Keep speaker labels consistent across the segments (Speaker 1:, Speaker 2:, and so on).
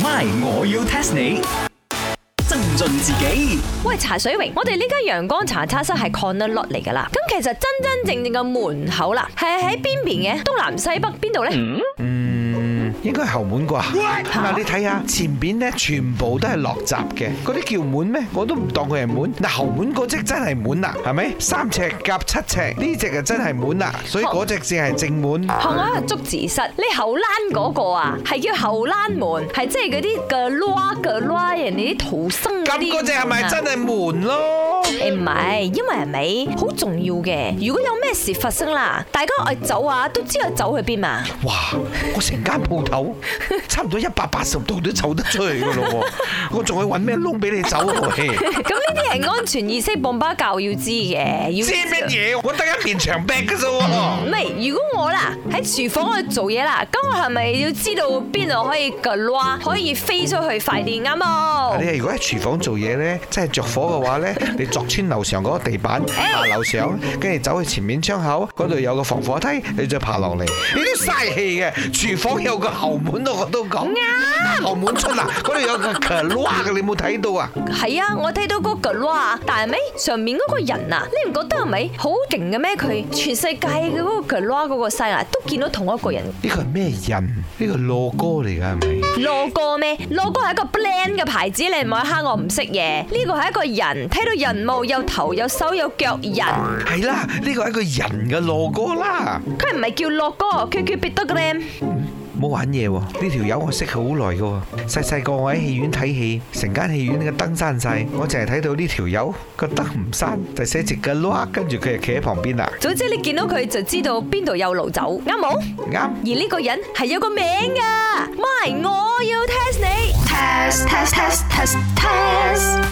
Speaker 1: My，我要 test 你。增進自己
Speaker 2: 喂，茶水榮，我哋呢間陽光茶餐室係 corner lot 嚟㗎啦。咁其實真真正正嘅門口啦，係喺邊邊嘅？東南西北邊度呢？
Speaker 3: 應該係後門啩？嗱，你睇下前邊咧，全部都係落閘嘅，嗰啲叫門咩？我都唔當佢係門。嗱，後門嗰只真係門啦，係咪？三尺夾七尺，呢只就真係門啦，所以嗰只先係正門。
Speaker 2: 學我係竹字室，你後欄嗰個啊，係叫後欄門，係即係嗰啲嘅擼嘅擼，人哋啲逃生
Speaker 3: 咁
Speaker 2: 啲。啊
Speaker 3: 嗰只係咪真係門咯？
Speaker 2: 誒唔係，因為係咪好重要嘅？如果有咩事發生啦，大家愛走啊，都知道走去邊嘛。
Speaker 3: 哇！我成間鋪頭差唔多一百八十度都走得出去噶咯喎，我仲去揾咩窿俾你走啊？
Speaker 2: 咁
Speaker 3: 喂
Speaker 2: 呢啲係安全意識，磅巴教要知嘅，要
Speaker 3: 知乜嘢？我得一面牆壁嘅啫
Speaker 2: 唔
Speaker 3: 喎。
Speaker 2: 係，如果我啦喺廚房度做嘢啦，咁我係咪要知道邊度可以嘅擼，可以飛出去快啲啱冇？
Speaker 3: 你如果喺廚房做嘢咧，真係着火嘅話咧，你鑿穿樓上嗰個地板，爬樓上，跟住走去前面窗口嗰度有個防火梯，你再爬落嚟，你都嘥氣嘅。廚房有個後門咯，我都講後門出嚟，嗰度有個 c l 嘅，你冇睇到啊？
Speaker 2: 係啊，我睇到嗰個擼啊，但係咪上面嗰個人啊，你唔覺得係咪好勁嘅咩？佢全世界嘅嗰個擼嗰個勢啊，都見到同一個人。
Speaker 3: 呢個係咩人？呢個羅哥嚟㗎係咪？
Speaker 2: logo 咩？logo 係一個 brand 嘅牌子，你唔好蝦我唔識嘢。呢個係一個人，睇到人冇有頭有手有腳人，
Speaker 3: 係啦，呢個係一個人嘅路過啦，
Speaker 2: 佢唔係叫 logo，佢叫 pictogram。
Speaker 3: 冇玩嘢喎。呢條友我識好耐嘅喎，細細個我喺戲院睇戲，成間戲院嘅燈閂晒，我淨係睇到呢條友個燈唔閂，就寫住嘅啦，跟住佢就企喺旁邊啦。
Speaker 2: 總之你見到佢就知道邊度有路走，啱冇？
Speaker 3: 啱，
Speaker 2: 而呢個人係有個名噶，My 我要 test 你。
Speaker 4: test test test test test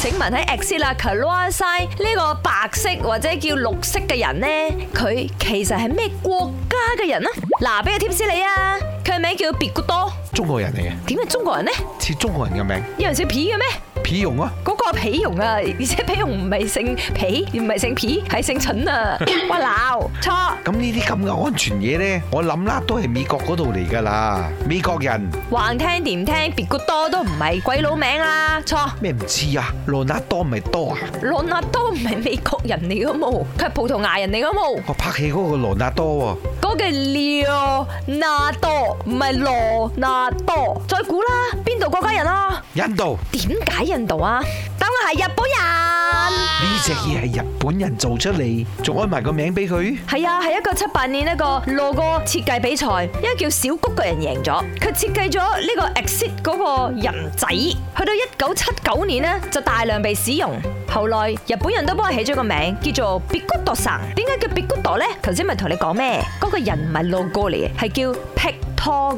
Speaker 2: 請問喺 Excel c a l a s i 呢個白色或者叫綠色嘅人呢，佢其實係咩國家嘅人啊？嗱，俾個 tips 你啊，佢嘅名叫別古多，
Speaker 3: 中國人嚟嘅，
Speaker 2: 點解中國人呢？
Speaker 3: 似中國人嘅名，
Speaker 2: 有人姓皮嘅咩？
Speaker 3: 皮用啊，
Speaker 2: 嗰個皮容啊，而且皮容唔係姓皮，唔係姓皮，係姓蠢啊！哇鬧錯，
Speaker 3: 咁呢啲咁嘅安全嘢呢，我諗啦都係美國嗰度嚟㗎啦，美國人
Speaker 2: 橫聽掂聽，別個多都唔係鬼佬名啦，錯。
Speaker 3: 咩唔知啊，羅納多咪多啊。
Speaker 2: 羅納多唔係美國人嚟噶冇，佢係葡萄牙人嚟噶冇。
Speaker 3: 我拍戲嗰個羅納多
Speaker 2: 嗰個廖納多唔係羅納多，再估啦，邊度國家人啊？
Speaker 3: 喎，印度
Speaker 2: 點解印度啊？等我係日本人。
Speaker 3: 呢只嘢係日本人做出嚟，仲安埋個名俾佢。
Speaker 2: 係啊，係一個七八年一個 logo 設計比賽，一個叫小谷嘅人贏咗，佢設計咗呢個 exit 嗰個人仔，去到一九七九年呢，就大量被使用。後來日本人都幫佢起咗個名，叫做 Bigudo 神。點解叫 Bigudo 呢？頭先咪同你講咩？嗰、個人唔係 logo 嚟嘅，係叫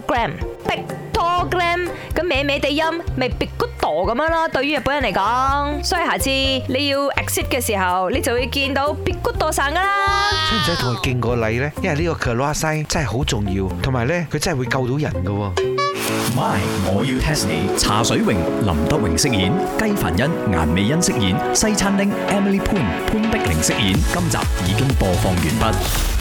Speaker 2: pictogram。pictogram 咁歪歪地音，咪 Bigudo 咁樣啦。對於日本人嚟講，所以下次你要 exit 嘅時候，你就會見到 Bigudo 神噶啦。
Speaker 3: 使唔使同佢敬個禮呢？因為呢個 Kalasa 真係好重要，同埋呢，佢真係會救到人㗎喎。
Speaker 1: ，My，我要 test 你。茶水榮、林德榮飾演，雞凡欣、顏美欣飾演，西餐廳 Emily Poon 潘碧玲飾演。今集已經播放完畢。